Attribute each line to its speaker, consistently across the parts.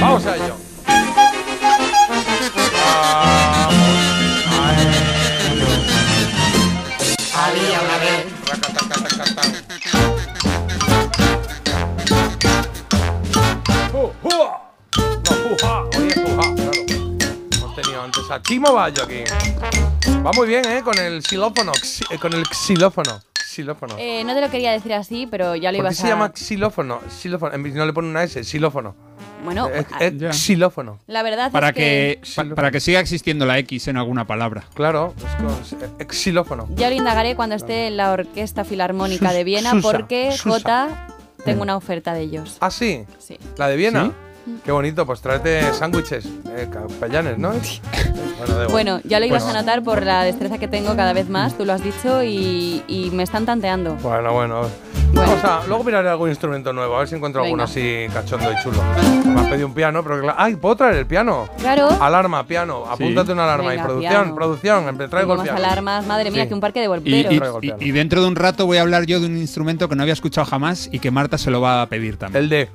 Speaker 1: Vamos a ello.
Speaker 2: Había una vez
Speaker 1: Ju- jua. No, juja, hoy es juja, claro. Hemos tenido antes a Timo Bayo aquí. Va muy bien, ¿eh? Con el xilófono. xi- eh, con el xilófono. Xilófono.
Speaker 3: Eh, no te lo quería decir así, pero ya lo
Speaker 1: ¿Por qué
Speaker 3: ibas
Speaker 1: se
Speaker 3: a...
Speaker 1: llama xilófono? Xilófono. En vez- No le ponen una S, xilófono.
Speaker 3: Bueno,
Speaker 1: Es-
Speaker 3: a-
Speaker 1: es
Speaker 4: Ya.
Speaker 1: xilófono.
Speaker 3: la verdad
Speaker 4: Para
Speaker 3: es que...
Speaker 4: que, pa- para que siga existiendo la X en alguna palabra.
Speaker 1: Claro, es con- es xilófono.
Speaker 3: Ya lo indagaré cuando esté en la Orquesta Filarmónica
Speaker 1: Sus-
Speaker 3: de Viena,
Speaker 1: Susa,
Speaker 3: porque
Speaker 1: Susa. Mm.
Speaker 3: Jota, tengo una oferta de ellos.
Speaker 1: Ah, sí.
Speaker 3: Sí.
Speaker 1: La de Viena. Qué bonito, pues tráete sándwiches. Eh, capellanes, ¿no? bueno, da igual.
Speaker 3: Bueno, ya lo
Speaker 1: Pues-
Speaker 3: ibas a notar por la destreza que tengo cada vez más, tú lo has dicho, y, y me están tanteando.
Speaker 1: Bueno, bueno. Vamos a, luego miraré algún instrumento nuevo, a ver si encuentro alguno
Speaker 3: Venga.
Speaker 1: así cachondo y chulo. Me has pedido un piano, pero claro. ¡Ay, puedo traer el piano!
Speaker 3: Claro,
Speaker 1: Alarma, piano, apúntate una alarma. y
Speaker 3: Venga,
Speaker 1: producción,
Speaker 3: piano.
Speaker 1: producción, em, me traigo
Speaker 3: tengo
Speaker 1: el
Speaker 3: más
Speaker 1: piano.
Speaker 3: alarmas, madre mía,
Speaker 1: Sí.
Speaker 3: que un parque de
Speaker 4: Y,
Speaker 3: volperos.
Speaker 4: y-
Speaker 1: Traigo piano.
Speaker 4: y- y dentro de un rato voy a hablar yo de un instrumento que no había escuchado jamás y que Marta se lo va a pedir también.
Speaker 1: El de.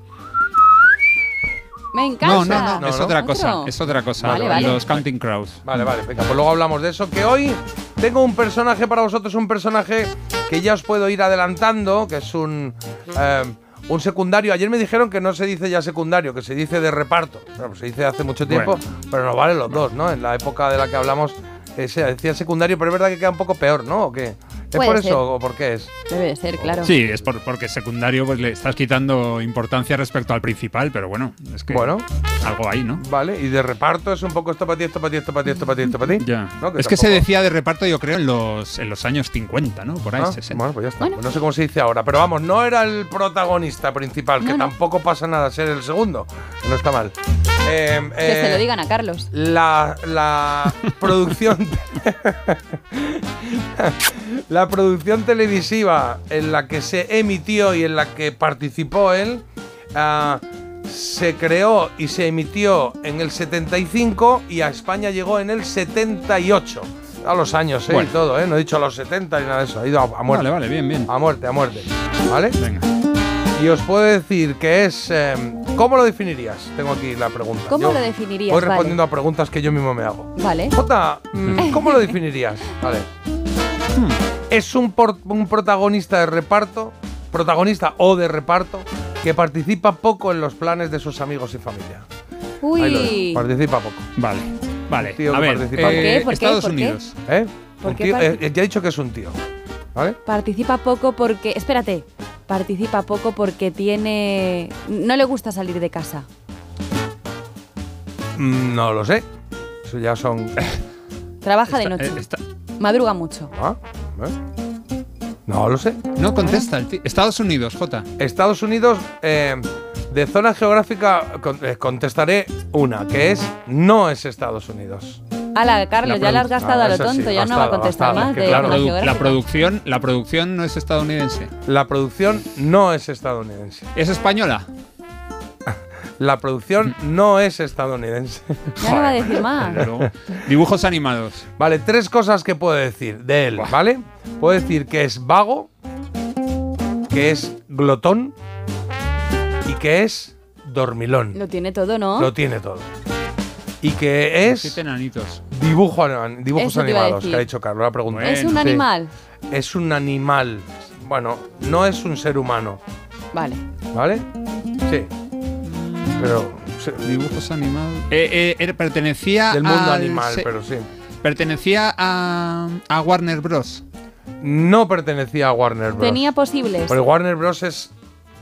Speaker 3: Me encanta.
Speaker 4: No, no, no,
Speaker 1: No,
Speaker 4: es
Speaker 1: ¿no?
Speaker 4: otra cosa,
Speaker 3: ¿Otro?
Speaker 4: es otra cosa.
Speaker 3: Vale, vale.
Speaker 4: Los Counting Crows.
Speaker 1: Vale, vale, venga, pues luego hablamos de eso. Que hoy tengo un personaje para vosotros, un personaje que ya os puedo ir adelantando, que es un, eh, un secundario. Ayer me dijeron que no se dice ya secundario, que se dice de reparto. Bueno, pues se dice hace mucho tiempo,
Speaker 4: Bueno.
Speaker 1: pero nos valen los dos, ¿no? En la época de la que hablamos eh, se decía secundario, pero es verdad que queda un poco peor, ¿no? ¿O qué? ¿Es
Speaker 3: Puede
Speaker 1: por
Speaker 3: ser.
Speaker 1: eso o por qué es?
Speaker 3: Debe de ser, claro.
Speaker 4: Sí, es por- porque secundario pues le estás quitando importancia respecto al principal, pero bueno, es que
Speaker 1: Bueno.
Speaker 4: algo ahí, ¿no?
Speaker 1: Vale, y de reparto es un poco esto para ti, esto para ti, esto para ti, esto para ti, esto para ti.
Speaker 4: Ya.
Speaker 1: ¿no?
Speaker 4: es que se
Speaker 1: tampoco-
Speaker 4: decía de reparto, yo creo, en los, en los años 50, ¿no? Por ahí,
Speaker 1: Ah,
Speaker 4: 60.
Speaker 1: Bueno, pues ya está.
Speaker 3: Bueno.
Speaker 1: Pues No sé cómo se dice ahora, pero vamos, no era el protagonista principal, que
Speaker 3: No, no.
Speaker 1: tampoco pasa nada ser el segundo. que No está mal. Eh,
Speaker 3: Que se
Speaker 1: eh,
Speaker 3: lo digan a Carlos.
Speaker 1: La, la producción. la producción televisiva en la que se emitió y en la que participó él. ah, se creó y se emitió en el 75 y a España llegó en el 78. A los años, ¿eh?
Speaker 4: Bueno.
Speaker 1: Y todo, ¿eh? No he dicho a los 70 ni nada de eso. Ha Ah. ido a, a muerte.
Speaker 4: Vale, vale, bien, bien.
Speaker 1: A muerte, a muerte. ¿Vale?
Speaker 4: Venga.
Speaker 1: Y os puedo decir que es. em, ¿Cómo lo definirías? Tengo aquí la pregunta.
Speaker 3: ¿Cómo
Speaker 1: Yo
Speaker 3: lo definirías?
Speaker 1: Voy
Speaker 3: Vale.
Speaker 1: respondiendo a preguntas que yo mismo me hago.
Speaker 3: Vale.
Speaker 1: Jota, mm, ¿cómo lo definirías? Vale. Hmm. Es un, por- un protagonista de reparto, protagonista o de reparto, que participa poco en los planes de sus amigos y familia. Ahí lo dejo,
Speaker 3: Uy.
Speaker 1: Participa poco.
Speaker 4: Vale, vale.
Speaker 1: Tío que
Speaker 4: a ver, eh,
Speaker 1: participa. ¿Por
Speaker 3: qué? ¿Por qué?
Speaker 4: Estados
Speaker 3: ¿Por qué?
Speaker 4: Unidos.
Speaker 1: ¿Eh?
Speaker 3: ¿Por
Speaker 1: Un
Speaker 3: qué
Speaker 1: tío-
Speaker 3: parte-
Speaker 1: eh, ya he dicho que es un tío. ¿Vale?
Speaker 3: Participa poco porque. Espérate. Participa poco porque tiene. No le gusta salir de casa.
Speaker 1: Mm, No lo sé. Eso ya son.
Speaker 3: Trabaja de
Speaker 4: Está-
Speaker 3: noche.
Speaker 4: eh, está-
Speaker 3: Madruga mucho.
Speaker 1: ¿Ah? ¿Eh? No lo sé.
Speaker 4: no contesta el tío. Estados Unidos, J.
Speaker 1: Estados Unidos, eh, de zona geográfica, con- eh, contestaré una, que es no es Estados Unidos.
Speaker 3: Ala, Carlos,
Speaker 4: La
Speaker 3: ya la has
Speaker 4: produ-
Speaker 3: gastado
Speaker 1: Ah,
Speaker 3: a lo
Speaker 1: eso sí,
Speaker 3: tonto, ya no va a
Speaker 1: gastada,
Speaker 3: contestar
Speaker 1: gastada,
Speaker 3: más
Speaker 1: que
Speaker 3: de
Speaker 1: claro.
Speaker 3: zona
Speaker 4: Produ- la
Speaker 3: geográfica.
Speaker 4: producción, la producción no es estadounidense.
Speaker 1: La producción no es estadounidense.
Speaker 4: ¿Es española?
Speaker 1: La producción no es estadounidense.
Speaker 3: Ya no va a decir más.
Speaker 4: Luego, Dibujos animados.
Speaker 1: Vale, tres cosas que puedo decir de él, ¿vale? Puedo decir que es vago, que es glotón y que es dormilón.
Speaker 3: Lo tiene todo, ¿no?
Speaker 1: Lo tiene todo. Y que es
Speaker 4: Siete enanitos.
Speaker 1: dibujo, anim- dibujos
Speaker 3: Eso te iba a
Speaker 1: animados, que
Speaker 3: decir.
Speaker 1: ha dicho Carlos, la pregunta.
Speaker 4: Bueno.
Speaker 3: es un
Speaker 1: Sí.
Speaker 3: animal.
Speaker 1: es un animal. Bueno, no es un ser humano,
Speaker 3: Vale.
Speaker 1: ¿vale? Sí. Pero sí,
Speaker 4: Dibujos animados. Eh, eh, er- pertenecía
Speaker 3: Ah,
Speaker 1: del mundo
Speaker 4: al
Speaker 1: animal,
Speaker 4: se-
Speaker 1: pero sí.
Speaker 4: Pertenecía a, a Warner Bros.
Speaker 1: No pertenecía a Warner Bros.
Speaker 3: Tenía posibles.
Speaker 1: Porque Warner Bros es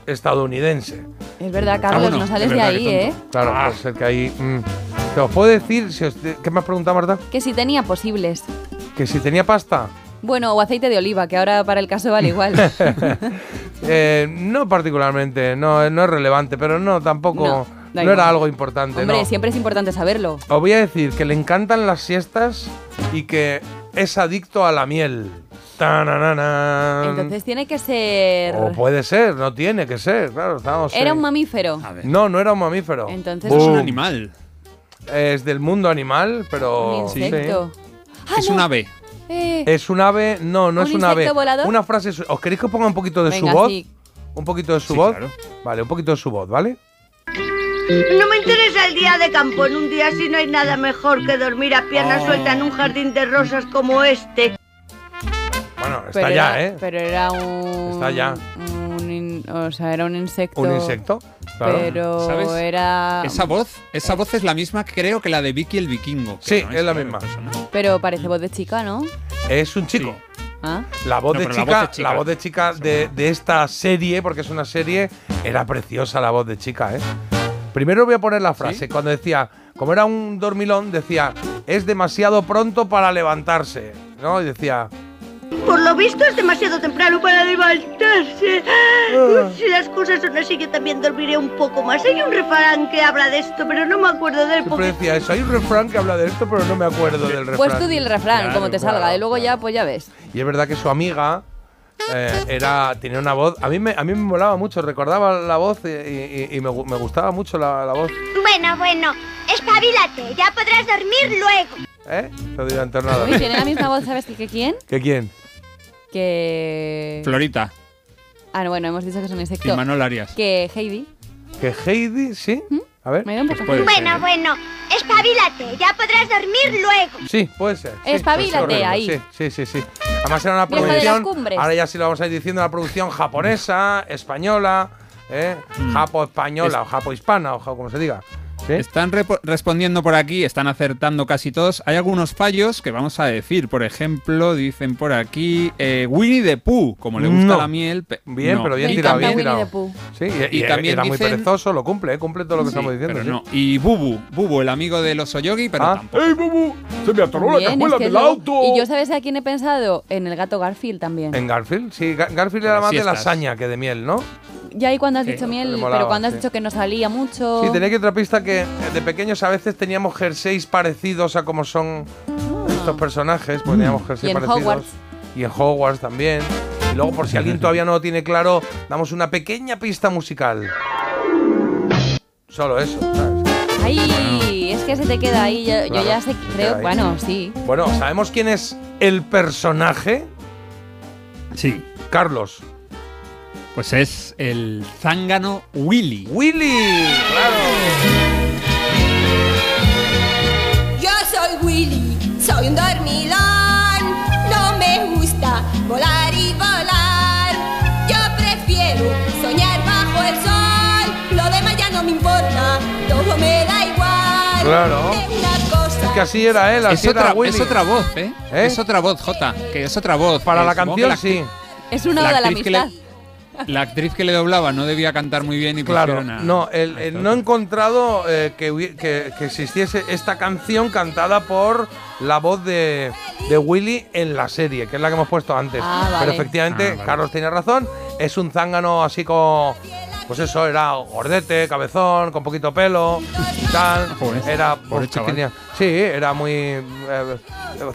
Speaker 1: estadounidense.
Speaker 3: Es verdad, Carlos,
Speaker 4: Ah, bueno,
Speaker 3: no sales
Speaker 4: es
Speaker 3: de
Speaker 4: verdad,
Speaker 3: ahí,
Speaker 4: qué
Speaker 3: ¿eh?
Speaker 4: tonto.
Speaker 1: Claro,
Speaker 4: Ah.
Speaker 1: puede ser que ahí. mm. Te os puedo decir, si os- ¿qué me has preguntado, Marta?
Speaker 3: Que si tenía posibles.
Speaker 1: Que si tenía pasta.
Speaker 3: Bueno, o aceite de oliva, que ahora para el caso vale igual.
Speaker 1: Eh, no particularmente, no, no es relevante, pero no, tampoco.
Speaker 3: No,
Speaker 1: No,
Speaker 3: da igual.
Speaker 1: era algo importante.
Speaker 3: Hombre,
Speaker 1: no.
Speaker 3: siempre es importante saberlo.
Speaker 1: Os voy a decir que le encantan las siestas y que es adicto a la miel.
Speaker 4: Mm.
Speaker 1: Tananana.
Speaker 3: Entonces tiene que ser.
Speaker 1: O puede ser, no tiene que ser, claro, estamos.
Speaker 3: Era
Speaker 1: en-
Speaker 3: un mamífero.
Speaker 4: A ver.
Speaker 1: No, no era un mamífero.
Speaker 3: Entonces-
Speaker 4: Es un
Speaker 1: Boom.
Speaker 4: animal.
Speaker 1: Es del mundo animal,
Speaker 3: Un
Speaker 1: pero.
Speaker 3: insecto. Ah,
Speaker 4: es
Speaker 3: no,
Speaker 4: un ave.
Speaker 1: sí.
Speaker 3: eh,
Speaker 1: Es un ave, no, no
Speaker 3: ¿Un
Speaker 1: es un ave.
Speaker 3: insecto volador?
Speaker 1: Una frase. su- ¿Os queréis que ponga un poquito de
Speaker 3: Venga,
Speaker 1: su voz?
Speaker 3: sí.
Speaker 1: Un poquito de su
Speaker 4: Sí,
Speaker 1: voz.
Speaker 4: claro.
Speaker 1: Vale, un poquito de su voz, ¿vale?
Speaker 5: No me interesa el día de campo. En un día así no hay nada mejor que dormir a pierna
Speaker 1: Oh.
Speaker 5: suelta en un jardín de rosas como este.
Speaker 1: Bueno, está
Speaker 3: Pero
Speaker 1: ya,
Speaker 3: era-
Speaker 1: ¿eh?
Speaker 3: Pero era un.
Speaker 1: Está ya.
Speaker 3: un in- o sea, era un insecto.
Speaker 1: Un insecto. Claro.
Speaker 3: Pero
Speaker 4: ¿Sabes?
Speaker 3: era.
Speaker 4: Esa voz, esa voz es la misma, creo que la de Vicky el Vikingo. que
Speaker 1: Sí,
Speaker 4: no
Speaker 1: es la
Speaker 4: otra
Speaker 1: misma.
Speaker 4: persona.
Speaker 3: Pero parece voz de chica, ¿no?
Speaker 1: Es un chico.
Speaker 3: ¿Ah?
Speaker 1: La voz,
Speaker 4: No,
Speaker 1: de
Speaker 4: pero la
Speaker 1: chica, la
Speaker 4: voz
Speaker 1: voz
Speaker 4: de
Speaker 1: de
Speaker 4: chica.
Speaker 1: chica, de, de esta serie, porque es una serie, era preciosa la voz de chica, ¿eh? Primero voy a poner la frase. Cuando decía, como era un dormilón, decía, es demasiado pronto para levantarse, ¿no? Y decía,
Speaker 5: Por lo visto es demasiado temprano para levantarse.
Speaker 1: Ah.
Speaker 5: Si las cosas son así, yo también dormiré un poco más. Hay un refrán que habla de esto, pero no me acuerdo del
Speaker 1: siempre
Speaker 5: porque
Speaker 1: decía eso. Hay un refrán que habla de esto, pero no me acuerdo del refrán.
Speaker 3: Pues tú di el refrán,
Speaker 4: Claro,
Speaker 3: como te salga.
Speaker 1: claro,
Speaker 3: y luego ya, pues ya ves.
Speaker 1: Y es verdad que su amiga eh, era, tenía una voz. A mí, me, a mí me molaba mucho, recordaba la voz y, y- y- y me, gu- me gustaba mucho la, la voz.
Speaker 6: Bueno, bueno, espabilate, ya podrás dormir luego.
Speaker 1: ¿Eh? No dirán nada.
Speaker 3: Uy, tiene la misma voz, ¿sabes? Que, que quién?
Speaker 1: ¿Que quién?
Speaker 3: Que.
Speaker 4: Florita
Speaker 3: Ah, no, bueno, hemos dicho que es un
Speaker 4: y
Speaker 3: insecto.
Speaker 4: Manuel Arias.
Speaker 3: Que Heidi.
Speaker 1: ¿Que Heidi? ¿Sí? A ver.
Speaker 3: ¿Mm? Me da un
Speaker 4: Pues
Speaker 3: poco.
Speaker 4: puede ser,
Speaker 6: Bueno,
Speaker 4: ¿eh?
Speaker 6: bueno, espabilate, ya podrás dormir luego.
Speaker 1: Sí, puede ser. sí,
Speaker 3: Espabilate
Speaker 1: puede ser,
Speaker 3: ahí.
Speaker 1: Sí, sí, sí, sí. Además era una
Speaker 3: Vieja de las
Speaker 1: producción.
Speaker 3: cumbres.
Speaker 1: Ahora ya sí lo vamos a ir diciendo, una producción japonesa, española, ¿eh?
Speaker 4: Mm.
Speaker 1: japo-española o japo-hispana o ja- como se diga. ¿Sí?
Speaker 4: Están repo- respondiendo por aquí, están acertando casi todos. Hay algunos fallos que vamos a decir. Por ejemplo, dicen por aquí eh, Winnie the Pooh, como le gusta
Speaker 1: No.
Speaker 4: la miel. pe-
Speaker 1: Bien,
Speaker 4: no.
Speaker 1: pero bien
Speaker 3: Me
Speaker 1: tirado, bien
Speaker 3: encanta
Speaker 1: tirado.
Speaker 3: Winnie the
Speaker 1: Sí, y,
Speaker 4: Y
Speaker 1: y-
Speaker 4: también
Speaker 1: era muy
Speaker 4: dicen-
Speaker 1: perezoso, lo cumple, ¿eh? cumple todo lo que
Speaker 4: Sí,
Speaker 1: estamos diciendo.
Speaker 4: pero
Speaker 1: sí.
Speaker 4: no. Y Bubu, Bubu, el amigo de los Oyogi, pero
Speaker 1: Ah.
Speaker 4: tampoco.
Speaker 1: ¡Ey, bubu! Se me atoró
Speaker 3: Bien,
Speaker 1: la
Speaker 3: es
Speaker 1: cajuela
Speaker 3: que
Speaker 1: del
Speaker 3: luego-
Speaker 1: auto.
Speaker 3: Y yo, ¿sabes a quién he pensado? En el gato Garfield también.
Speaker 1: En Garfield, sí, Ga- Garfield era
Speaker 4: Pero
Speaker 1: más
Speaker 4: sí
Speaker 1: de la
Speaker 4: estás.
Speaker 1: saña que de miel, ¿no?
Speaker 3: Ya ahí cuando has
Speaker 4: Sí,
Speaker 3: dicho
Speaker 4: no,
Speaker 3: miel,
Speaker 1: le molaba,
Speaker 3: pero cuando has
Speaker 1: sí.
Speaker 3: dicho que no salía mucho.
Speaker 1: Sí, tenía que otra pista que eh, de pequeños a veces teníamos jerseys parecidos a como son estos personajes, pues teníamos
Speaker 3: Ah. Mm. Y
Speaker 1: jerseys
Speaker 3: en
Speaker 1: parecidos.
Speaker 3: Hogwarts.
Speaker 1: Y en Hogwarts también. Y luego, por si alguien todavía no lo tiene claro, damos una pequeña pista musical. Solo eso, ¿sabes?
Speaker 3: Ay, es que se te queda ahí. Yo, yo
Speaker 1: Claro,
Speaker 3: ya sé,
Speaker 1: se te
Speaker 3: creo.
Speaker 1: queda ahí.
Speaker 3: Bueno, sí.
Speaker 1: Bueno, ¿sabemos quién es el personaje?
Speaker 4: Sí.
Speaker 1: Carlos.
Speaker 4: Pues es el zángano Willy.
Speaker 1: ¡Willy! ¡Claro!
Speaker 7: Yo soy Willy, soy un dormilón. No me gusta volar y volar. Yo prefiero soñar bajo el sol. Lo demás ya no me importa, todo me da igual.
Speaker 1: Claro.
Speaker 7: De una cosa
Speaker 1: Es que así era él,
Speaker 4: Es
Speaker 1: así
Speaker 4: otra,
Speaker 1: era Willy.
Speaker 4: es otra voz, ¿eh?
Speaker 1: ¿Eh?
Speaker 4: Es otra voz, Jota. Que es otra voz.
Speaker 1: Para
Speaker 4: Eh,
Speaker 1: la
Speaker 4: supongo que
Speaker 1: canción,
Speaker 4: actri-
Speaker 1: sí.
Speaker 3: Es una de la
Speaker 4: actriz que le-
Speaker 3: amistad.
Speaker 4: la actriz que le doblaba no debía cantar muy bien y
Speaker 1: Claro,
Speaker 4: pusieron a-
Speaker 1: no, eh. el-
Speaker 4: a
Speaker 1: el-
Speaker 4: esta
Speaker 1: no he
Speaker 4: otra.
Speaker 1: encontrado eh, que, hubi- que- que existiese esta canción cantada por la voz de, de Willy en la serie, que es la que hemos puesto antes.
Speaker 3: Ah, vale.
Speaker 1: Pero efectivamente,
Speaker 4: Ah, vale.
Speaker 1: Carlos tenía razón, es un zángano así como... Pues eso, era gordete, cabezón, con poquito pelo, y tal.
Speaker 4: Joder,
Speaker 1: era
Speaker 4: Ah, pobre
Speaker 1: pues, que
Speaker 4: chaval.
Speaker 1: tenía- sí, era muy eh,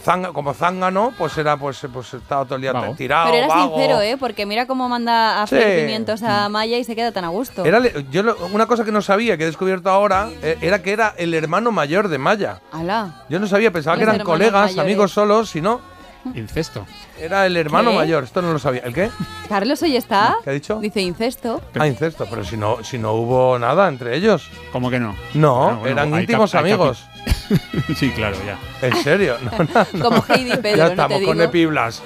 Speaker 1: zanga- como zángano, pues era pues, pues estaba todo el día
Speaker 4: Vago.
Speaker 1: tirado.
Speaker 3: Pero era
Speaker 1: vago.
Speaker 3: sincero, ¿eh? Porque mira cómo manda a
Speaker 1: Sí. Mm.
Speaker 3: Fer Pimientos a Maya y se queda tan a gusto.
Speaker 1: Era le- yo lo- una cosa que no sabía, que he descubierto ahora, eh, era que era el hermano mayor de Maya.
Speaker 3: Alá.
Speaker 1: Yo no sabía, pensaba
Speaker 3: Los
Speaker 1: que eran
Speaker 3: hermanos
Speaker 1: colegas,
Speaker 3: mayores.
Speaker 1: amigos solos, sino
Speaker 4: Incesto.
Speaker 1: era el hermano
Speaker 3: ¿eh? ¿Qué?
Speaker 1: mayor. Esto no lo sabía. ¿El qué?
Speaker 3: Carlos hoy está.
Speaker 1: ¿Qué ha dicho?
Speaker 3: Dice incesto.
Speaker 1: Ah, incesto. Pero si no, si no hubo nada entre ellos.
Speaker 4: ¿Cómo que no?
Speaker 1: No,
Speaker 4: Ah, bueno,
Speaker 1: eran
Speaker 4: hay
Speaker 1: íntimos
Speaker 4: cap- hay
Speaker 1: amigos.
Speaker 4: capi- sí, claro, ya.
Speaker 1: En serio. No, no, no.
Speaker 3: Como Heidi Pedro,
Speaker 1: ya
Speaker 3: no te
Speaker 1: estamos
Speaker 3: digo.
Speaker 1: con epiblas.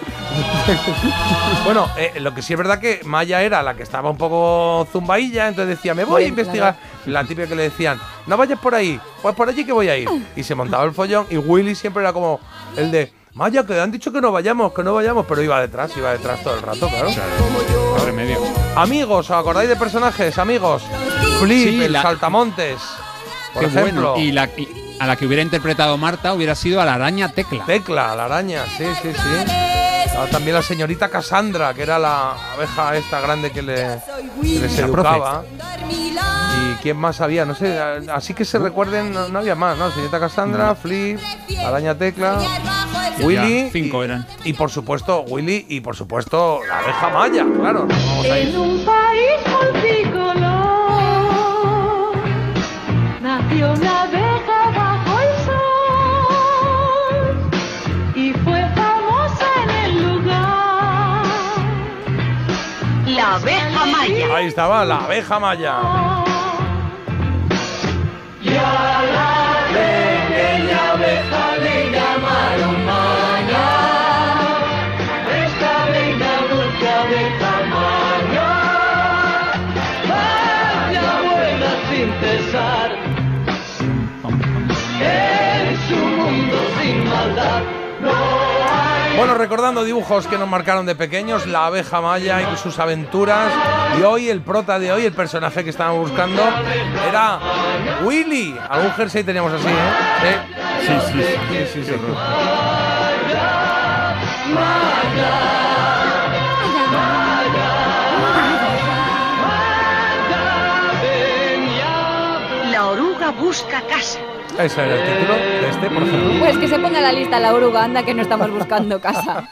Speaker 1: bueno, eh, lo que sí es verdad que Maya era la que estaba un poco zumbailla, entonces decía, me voy a
Speaker 3: Joder,
Speaker 1: investigar. La típica que le decían, no vayas por ahí, pues por allí que voy a ir. Y se montaba el follón y Willy siempre era como el de, Maya, que han dicho que no vayamos, que no vayamos, pero iba detrás, iba detrás todo el rato, claro.
Speaker 4: Qué remedio.
Speaker 1: Amigos, ¿os acordáis de personajes? Amigos, Flip,
Speaker 4: Sí,
Speaker 1: el
Speaker 4: la-
Speaker 1: saltamontes, por
Speaker 4: Qué
Speaker 1: ejemplo.
Speaker 4: bueno. Y, la, y a la que hubiera interpretado Marta hubiera sido a la araña Tecla.
Speaker 1: Tecla, la araña, sí, sí, sí. Ah, También la señorita Cassandra, que era la abeja esta grande que, le, que les
Speaker 4: La
Speaker 1: educaba.
Speaker 7: dormilón.
Speaker 1: ¿Y quién más había? No sé, a- así que se recuerden, no, no había más, ¿no? Señorita Cassandra, Flip, Araña Tecla, Willy.
Speaker 4: Ya, cinco
Speaker 1: y-
Speaker 4: eran.
Speaker 1: Y por supuesto, Willy, y por supuesto, la abeja maya, claro. no vamos a ir.
Speaker 2: En un país multicolor nació una abeja bajo el sol y fue famosa en el lugar.
Speaker 5: la abeja maya.
Speaker 1: Ahí estaba, la abeja maya.
Speaker 2: cesar en su mundo sin maldad.
Speaker 1: Bueno, recordando dibujos que nos marcaron de pequeños, la abeja maya y sus aventuras. Y hoy el prota de hoy, el personaje que estábamos buscando, era Willy. Algún jersey teníamos así, ¿eh? Sí, sí, sí, sí, sí.
Speaker 8: La oruga busca casa.
Speaker 1: Ese era el título de este, por ejemplo.
Speaker 3: Pues que se ponga la lista la oruga, anda que no estamos buscando casa.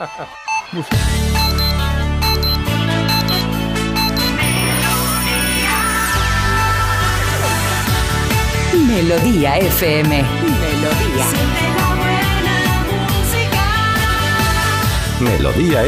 Speaker 9: Melodía FM. Melodía.
Speaker 10: Melodía